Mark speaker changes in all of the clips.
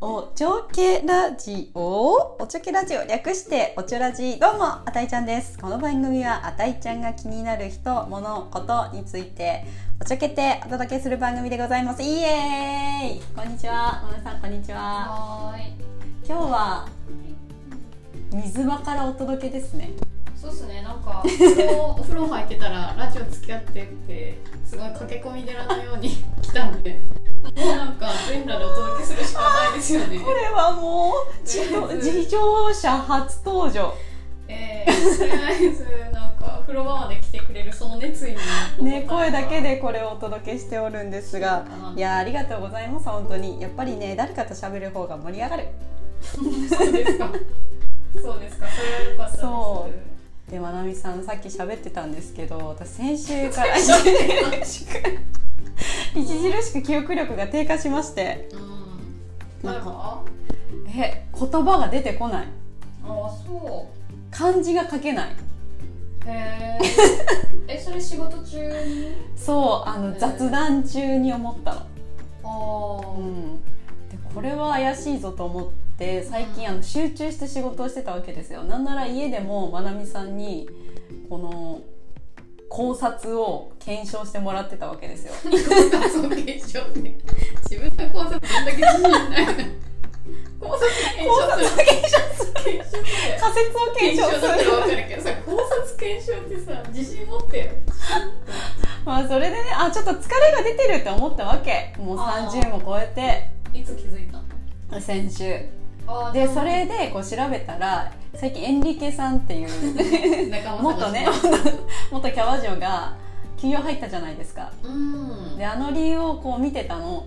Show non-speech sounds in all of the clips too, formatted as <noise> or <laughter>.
Speaker 1: おちょけラジオおちょけラジオ略しておちょラジどうもあたいちゃんですこの番組はあたいちゃんが気になる人物ことについておちょけてお届けする番組でございますイエーイこんにちは野村さんこんにちは
Speaker 2: はーい。
Speaker 1: 今日は水場からお届けですね
Speaker 2: そうっすね。なんかお風呂お風呂入ってたらラジオ付き合ってってすごい駆け込み寺のように来たんで、もうなんか全裸でお届けするしかないですよね
Speaker 1: こ。れはもう自動自乗車初登場
Speaker 2: <laughs> えー、とりあえずなんか風呂場まで来てくれるその熱意に
Speaker 1: ね声だけでこれをお届けしておるんですがいやーありがとうございます本当にやっぱりね誰かと喋る方が盛り上がる
Speaker 2: そうですか。そうですか。それは良かったです。
Speaker 1: そでまなみさんさっき喋ってたんですけど私先週から <laughs>
Speaker 2: 喋ってた
Speaker 1: 著しく著しく記憶力が低下しまして
Speaker 2: うん。誰か？あ
Speaker 1: え言葉が出てこない
Speaker 2: あそう。
Speaker 1: 漢字が書けない
Speaker 2: へ
Speaker 1: <laughs>
Speaker 2: え。えそれ仕事中に？
Speaker 1: そうあの雑談中に思ったの
Speaker 2: ああ。
Speaker 1: うん、でこれは怪しいぞと思って最近あの集中して仕事をしてたわけですよなんなら家でもまなみさんにこの考察を検証してもらってたわけですよ
Speaker 2: そう検証ね。自分の考察どんだけ自信ないの。考察 <laughs> 検証する。検証って
Speaker 1: 仮説を検
Speaker 2: 検証
Speaker 1: 証す
Speaker 2: だったらわ
Speaker 1: る
Speaker 2: かるけどさ、考察検証ってさ、自信持ってよ。
Speaker 1: <laughs> まあそれでねあちょっと疲れが出てるって思ったわけもう
Speaker 2: あー
Speaker 1: 30も超え
Speaker 2: いつ気づいたの？
Speaker 1: て先週
Speaker 2: あー
Speaker 1: でそれでこう調べたら最近エンリケさんって
Speaker 2: <laughs>
Speaker 1: いう
Speaker 2: 仲間
Speaker 1: 元ね <laughs> 元キャバ嬢が休養入ったじゃないですか
Speaker 2: うん。うん。
Speaker 1: であの理由をこう見てたの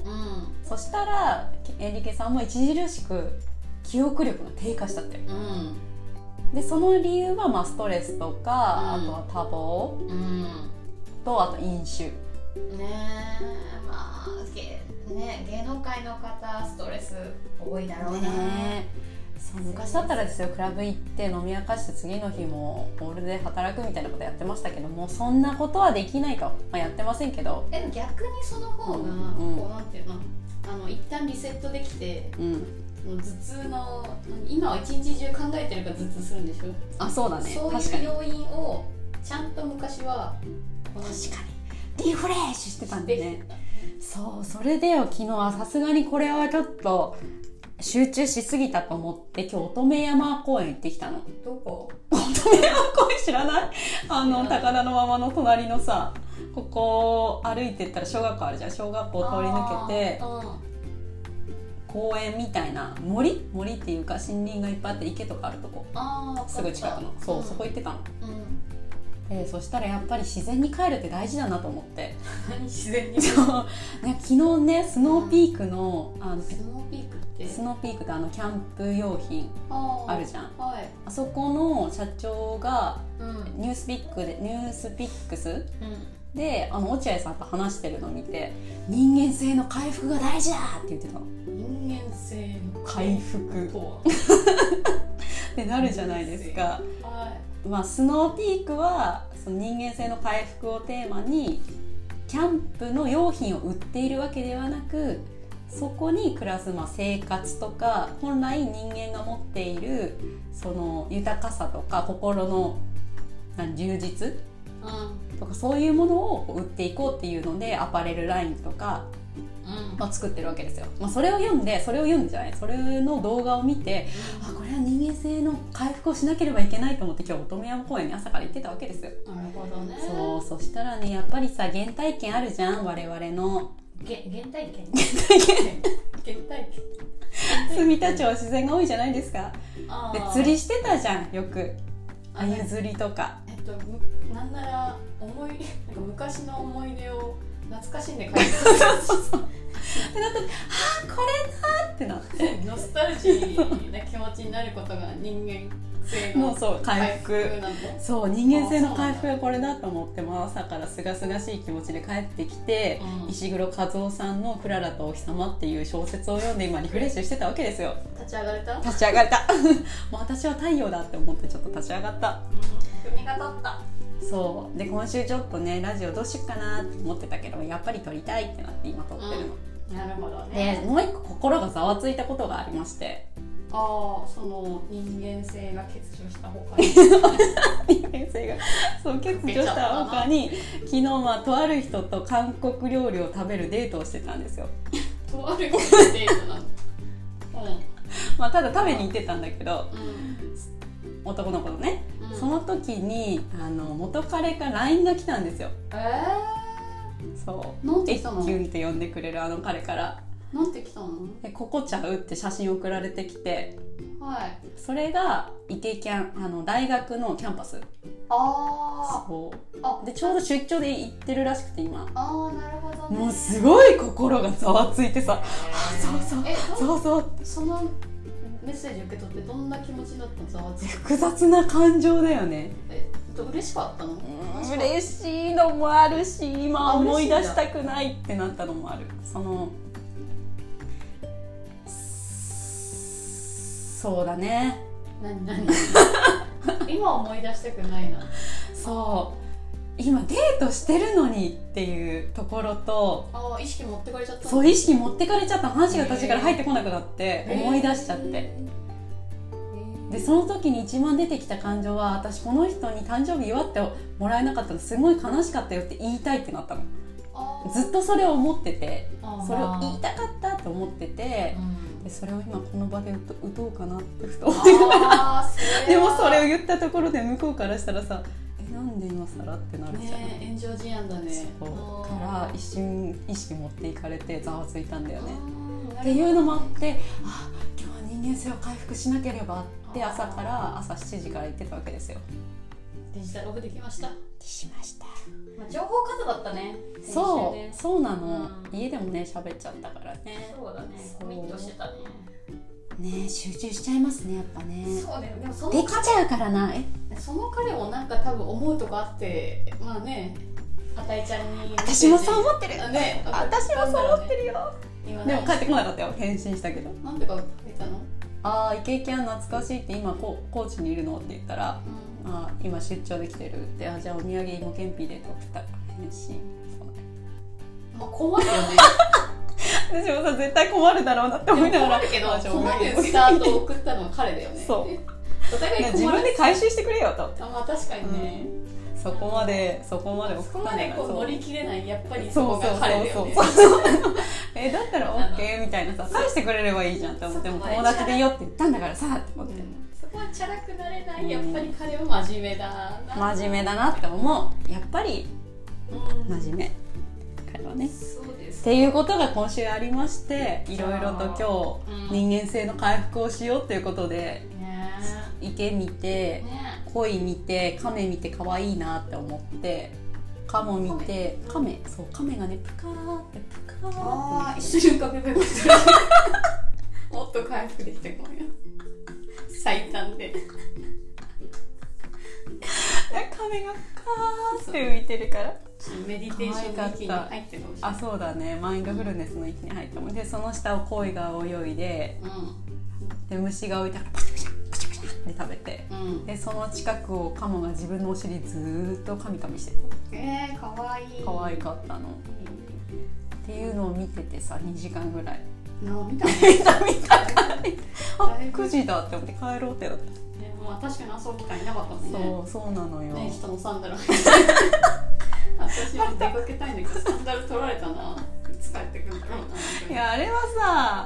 Speaker 1: そしたらエンリケさんも著しく記憶力が低下したって
Speaker 2: うん。
Speaker 1: でその理由はまあストレスとか、
Speaker 2: うん
Speaker 1: あとは
Speaker 2: う
Speaker 1: 多
Speaker 2: ん。
Speaker 1: 忙とあと飲酒
Speaker 2: ねえまあ芸ね芸能界の方ストレス多いだろうな、
Speaker 1: ねえそう昔だったらですよクラブ行って飲み明かして次の日もオールで働くみたいなことやってましたけどもうそんなことはできないかも、まあ、やってませんけど
Speaker 2: でも逆にその方が、
Speaker 1: うん
Speaker 2: こうなんていうのあの一旦リセットできて
Speaker 1: うん
Speaker 2: その頭痛の今は一日中考えてるから頭痛するんでしょ、
Speaker 1: あそうだね確
Speaker 2: そ
Speaker 1: か
Speaker 2: う
Speaker 1: に
Speaker 2: いう要因をちゃんと昔はこの
Speaker 1: 確かにリフレッシュしてたんで
Speaker 2: で
Speaker 1: ねそうそれでよ昨日はさすがにこれはちょっと集中しすぎたと思って今日乙女山公園行ってきたの <laughs>
Speaker 2: どこ
Speaker 1: 公園知らないあの高田のままの隣のさここ歩いてったら小学校あるじゃん小学校通り抜けて
Speaker 2: あ
Speaker 1: 公園みたいな森森っていうか森林がいっぱいあって池とかあるとこ
Speaker 2: ーあー
Speaker 1: すぐ近くのそう、そこ行
Speaker 2: 行
Speaker 1: ってたの
Speaker 2: うん、うん、
Speaker 1: でそしたらやっぱり自然に帰るって大事だなと思って <laughs>
Speaker 2: 何自然 <laughs> にス
Speaker 1: そう、ね、昨日ねスノーピークのあの
Speaker 2: ノーピークって
Speaker 1: スノーピークってあのキャンプ用品
Speaker 2: あー
Speaker 1: あるじゃん
Speaker 2: はい
Speaker 1: あそこの社長が
Speaker 2: うん
Speaker 1: ニュースピックでニュースピックス
Speaker 2: うん
Speaker 1: であの落合さんと話してるの見て人間性の回復が大事だって言ってたの
Speaker 2: 人間性の
Speaker 1: 回復
Speaker 2: とは
Speaker 1: ってなるじゃないですか、
Speaker 2: は
Speaker 1: まあ、スノーピークはその人間性の回復をテーマにキャンプの用品を売っているわけではなくそこに暮らすまあ生活とか本来人間が持っているその豊かさとか心のなん充実
Speaker 2: い
Speaker 1: とかそういうものをこう売っていこうっていうのでアパレルラインとか、
Speaker 2: うんうん
Speaker 1: まあ、作ってるわけですよ、まあ、それを読んでそれを読んでじゃないそれの動画を見てあこれは人間性の回復をしなければいけないと思って今日乙女山公園に朝から行ってたわけですよ
Speaker 2: なるほどね
Speaker 1: そうそしたらねやっぱりさ原体験あるじゃん我々の
Speaker 2: げ原体験原体験原体験
Speaker 1: 住田町は自然が多いじゃないですか
Speaker 2: あ
Speaker 1: で
Speaker 2: ー
Speaker 1: 釣りしてたじゃんよく
Speaker 2: あ
Speaker 1: あゆ釣りとか
Speaker 2: えっとむなんなら思いなんか昔の思い出を懐かしんで書いて
Speaker 1: でなった時あーこれだーってなって
Speaker 2: るノスタルジーな気持ちになることが人間性
Speaker 1: <laughs> もう
Speaker 2: の
Speaker 1: そう回復
Speaker 2: なんだ
Speaker 1: そう人間性の回復がこれだと思ってもう朝からすがすがしい気持ちで帰ってきて、
Speaker 2: うん
Speaker 1: 石黒和夫さんの「クララとお日様」っていう小説を読んで今リフレッシュしてたわけですよ
Speaker 2: 立ち上がれた
Speaker 1: 立ち上がった <laughs> もう私は太陽だって思ってちょっと立ち上がった
Speaker 2: 組が立った
Speaker 1: そうで今週ちょっとねラジオどうしようかなって思ってたけどやっぱり撮りたいってなって今撮ってるの、
Speaker 2: なるほど
Speaker 1: で
Speaker 2: ね
Speaker 1: もう一個心がざわついたことがありまして
Speaker 2: ああその人間性が欠如したほかに
Speaker 1: 人間性がそう欠如した他に昨日まあとある人と韓国料理を食べるデートをしてたんですよ、
Speaker 2: とあることのデートなの
Speaker 1: まあ、ただ食べに行ってたんだけど
Speaker 2: うんうん
Speaker 1: 男の子のね
Speaker 2: うん
Speaker 1: その時にあの元彼から LINE が来たんですよ
Speaker 2: え
Speaker 1: そ
Speaker 2: ー、なん
Speaker 1: う「
Speaker 2: て
Speaker 1: えっ
Speaker 2: 来
Speaker 1: キ
Speaker 2: たの
Speaker 1: ュン」って呼んでくれるあの彼から
Speaker 2: なんて来たの
Speaker 1: 「でここちゃう?」って写真送られてきて
Speaker 2: はい
Speaker 1: それがイケキャンあの大学のキャンパス
Speaker 2: あ
Speaker 1: そう
Speaker 2: ーあ
Speaker 1: でちょうど出張で行ってるらしくて今
Speaker 2: あーなるほどね
Speaker 1: もうすごい心がざわついてさ「そうそう
Speaker 2: えど
Speaker 1: そうそう」
Speaker 2: そのメッセージ受け取ってどんな気持ちだったのざわついて
Speaker 1: 複雑な感情だよね
Speaker 2: え嬉しかったの
Speaker 1: 嬉しいのもあるし今思い出したくないってなったのもあるそのそうだね
Speaker 2: 何何 <laughs> 今思い出したくないな
Speaker 1: そう今デートしてるのにっていうところと
Speaker 2: ああ意識持ってかれちゃった
Speaker 1: そう意識持ってかれちゃった話が立ちから入ってこなくなって
Speaker 2: えー
Speaker 1: 思い出しちゃって
Speaker 2: えー
Speaker 1: でその時に一番出てきた感情は私この人に誕生日祝ってもらえなかったのすごい悲しかったよって言いたいってなったの
Speaker 2: あー
Speaker 1: ずっとそれを思ってて
Speaker 2: あー
Speaker 1: それを言いたかったと思ってて
Speaker 2: うん
Speaker 1: でそれを今この場で打と打とうかなってふと思って
Speaker 2: あーそれ
Speaker 1: で
Speaker 2: は
Speaker 1: もそれを言ったところで向こうからしたらさ「えなんで今更?」ってなるじゃん、
Speaker 2: ねえ炎上事案だね
Speaker 1: そう
Speaker 2: あー
Speaker 1: から一瞬意識持っていかれてざわついたんだよね
Speaker 2: あー
Speaker 1: っていうのもあってあ今日は人間性を回復しなければって朝から朝7時から言ってたわけですよ
Speaker 2: デジタルオフできました、ま
Speaker 1: しました
Speaker 2: あ、情報過多だったね
Speaker 1: そう、
Speaker 2: 先週ね
Speaker 1: そうなの、
Speaker 2: うん
Speaker 1: 家でもね喋っちゃったからね
Speaker 2: そうだね
Speaker 1: そう
Speaker 2: コミットしてたね
Speaker 1: ね集中しちゃいますねやっぱね
Speaker 2: そうだよでもそ
Speaker 1: で
Speaker 2: の
Speaker 1: きちゃうからなえ
Speaker 2: 彼その彼もなんか多分思うとこあってまあねあたいちゃんに
Speaker 1: 私もそう思ってる
Speaker 2: あね
Speaker 1: 私もそう思ってるよ
Speaker 2: 今
Speaker 1: で
Speaker 2: で
Speaker 1: も
Speaker 2: も
Speaker 1: 帰ってこなかったよ返信したけど
Speaker 2: なんてか言ったの、
Speaker 1: ああイケイケやん懐かしいって今こ高知にいるのって言ったら
Speaker 2: うん、
Speaker 1: あー今出張できてるってあじゃあお土産芋けんぴでと送ったら返信そう
Speaker 2: まあ困
Speaker 1: <laughs>
Speaker 2: るよね
Speaker 1: 私もさ絶対困るだろうなって思いながら
Speaker 2: 困るけど
Speaker 1: あじゃあお土
Speaker 2: 困
Speaker 1: 産
Speaker 2: るスタートを送ったのは彼だよね
Speaker 1: そう
Speaker 2: お互い
Speaker 1: 自
Speaker 2: 困
Speaker 1: 分
Speaker 2: る
Speaker 1: で回収してくれよと、
Speaker 2: あまあ確かにね、
Speaker 1: そこまでそこまで送っ
Speaker 2: そ
Speaker 1: た
Speaker 2: こ
Speaker 1: んだ
Speaker 2: ま
Speaker 1: か
Speaker 2: で
Speaker 1: ら
Speaker 2: こう
Speaker 1: そう
Speaker 2: 乗り切れないやっぱりそ
Speaker 1: そ
Speaker 2: こ
Speaker 1: うそうそう
Speaker 2: が彼だよね
Speaker 1: そうえだったら OK みたいなさ返してくれればいいじゃんって思っても
Speaker 2: そうそう
Speaker 1: 友達でいいよって言ったんだからさって思
Speaker 2: う
Speaker 1: って、
Speaker 2: んそこはチャラくなれないやっぱり彼は真面目だな、
Speaker 1: 真面目だなって思うやっぱり
Speaker 2: うん
Speaker 1: 真面目彼はね
Speaker 2: そうで
Speaker 1: っ
Speaker 2: す
Speaker 1: ていうことが今週ありましていろいろと今
Speaker 2: うん
Speaker 1: 日人間性の回復をしようっていうことで
Speaker 2: ね
Speaker 1: 池見て
Speaker 2: えね
Speaker 1: 鯉見て亀見て可愛いなって思ってカモ見て亀そう亀がねプカーってプカーって
Speaker 2: ああ一緒に浮かべばよかったもっと回復できてこいよ最短で
Speaker 1: 亀がカーって浮いてるから
Speaker 2: メディテーションの域に入ってほしい
Speaker 1: あそうだねマインドフルネスの域に入ったもんでその下を鯉が泳いで
Speaker 2: う
Speaker 1: で虫が浮いたからパチャパチャパチャパチャって食べて
Speaker 2: んうん
Speaker 1: でその近くをカモが自分のお尻ずーっとカミカミしてた。
Speaker 2: えー、かわいい
Speaker 1: 可愛かったのっていうのを見ててさ2時間ぐらい
Speaker 2: なあ見たね
Speaker 1: 見た見たあ
Speaker 2: だいぶ
Speaker 1: 9時だって思って帰ろうってなった
Speaker 2: ねまあ確かに遊ぶ機会なかったもんね
Speaker 1: そうそうなのよ
Speaker 2: ね人のサンダル私は出かけたいんだけどサンダル取られたないつ帰ってくるんだろうな本当
Speaker 1: い
Speaker 2: に
Speaker 1: やあれはさ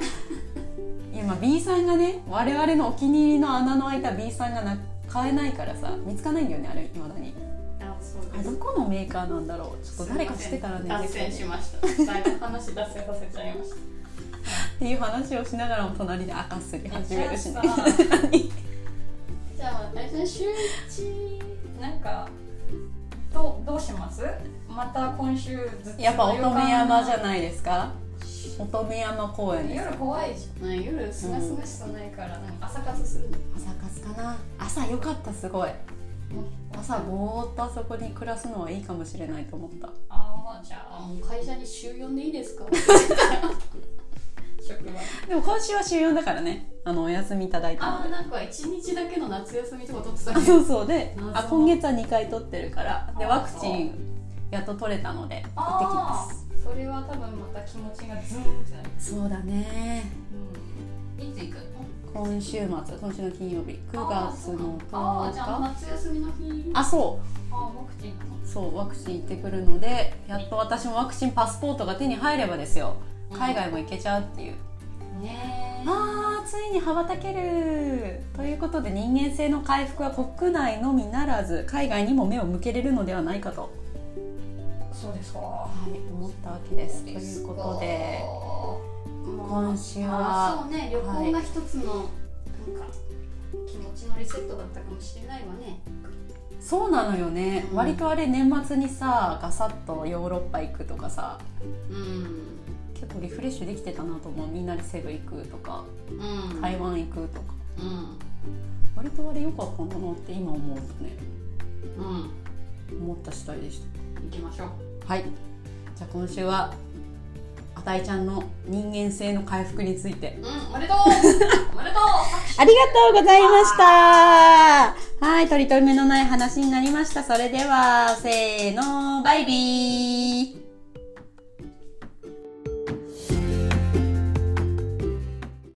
Speaker 1: いやまあ B さんがね我々のお気に入りの穴の開いた B さんがな買えないからさ見つかないんだよねあれいまだに
Speaker 2: あそう
Speaker 1: あ
Speaker 2: で
Speaker 1: れど
Speaker 2: す
Speaker 1: このメーカーなんだろうちょっと誰か知ってたらね
Speaker 2: 脱
Speaker 1: ぜ
Speaker 2: 線
Speaker 1: ひ
Speaker 2: しましただいぶ話脱線させちゃいまし
Speaker 1: っていう話をしながらも隣で赤すり
Speaker 2: た
Speaker 1: 始めるしね
Speaker 2: じゃあさじゃあ私の週一なんかどうどうしますまた今週ずっと
Speaker 1: やっぱ乙女山じゃ
Speaker 2: ん
Speaker 1: ないですか乙女山公園です
Speaker 2: 夜怖いじゃない夜すがすがしさないからなんか朝活するの
Speaker 1: 朝活かな朝良かったすごい朝ぼーっとあそこに暮らすのはいいかもしれないと思った
Speaker 2: ああじゃあもう会社に週4でいいですか職場
Speaker 1: でも今週は週4だからねあのお休みいただいた
Speaker 2: あ
Speaker 1: の
Speaker 2: あ
Speaker 1: で
Speaker 2: なんか1日だけの夏休みとか取ってた
Speaker 1: あ
Speaker 2: ね
Speaker 1: そうそうで
Speaker 2: 謎
Speaker 1: あ今月は2回取ってるからで
Speaker 2: あ
Speaker 1: ワクチンやっと取れたので行ってきます
Speaker 2: それは多分また聞気持ちがズンってなる、
Speaker 1: そうだね
Speaker 2: うん、いつ行くの
Speaker 1: 今週末今週の金曜日9月の
Speaker 2: あ
Speaker 1: 10
Speaker 2: ーそうかあーじゃあ
Speaker 1: 日
Speaker 2: 夏休みの日
Speaker 1: あそ
Speaker 2: あーワクチンなの
Speaker 1: うそうワクチン行ってくるのでやっと私もワクチンパスポートが手に入ればですよ海外も行けちゃうっていう、
Speaker 2: ね
Speaker 1: あーついに羽ばたけるということで人間性の回復は国内のみならず海外にも目を向けれるのではないかと、は
Speaker 2: そうですか
Speaker 1: い、思ったわけですということで今週は
Speaker 2: あそうね旅行が一つの、なんか気持ちのリセットだったかもしれないわね
Speaker 1: そうなのよね、
Speaker 2: うん
Speaker 1: 割とあれ年末にさガサッとヨーロッパ行くとかさ
Speaker 2: うん
Speaker 1: 結構リフレッシュできてたなと思うみんなでセブ行くとか
Speaker 2: うん
Speaker 1: 台湾行くとか、
Speaker 2: うん
Speaker 1: 割とあれ良かったんだなって今思うとね
Speaker 2: うん
Speaker 1: 思った次第でし
Speaker 2: 行きましょう
Speaker 1: たはいじゃあ今週はあたいちゃんの人間性の回復について
Speaker 2: うんおめでとうおめでとう
Speaker 1: ありがとうございました。はい、取り留めのない話になりました。それでは、せーの、バイビー。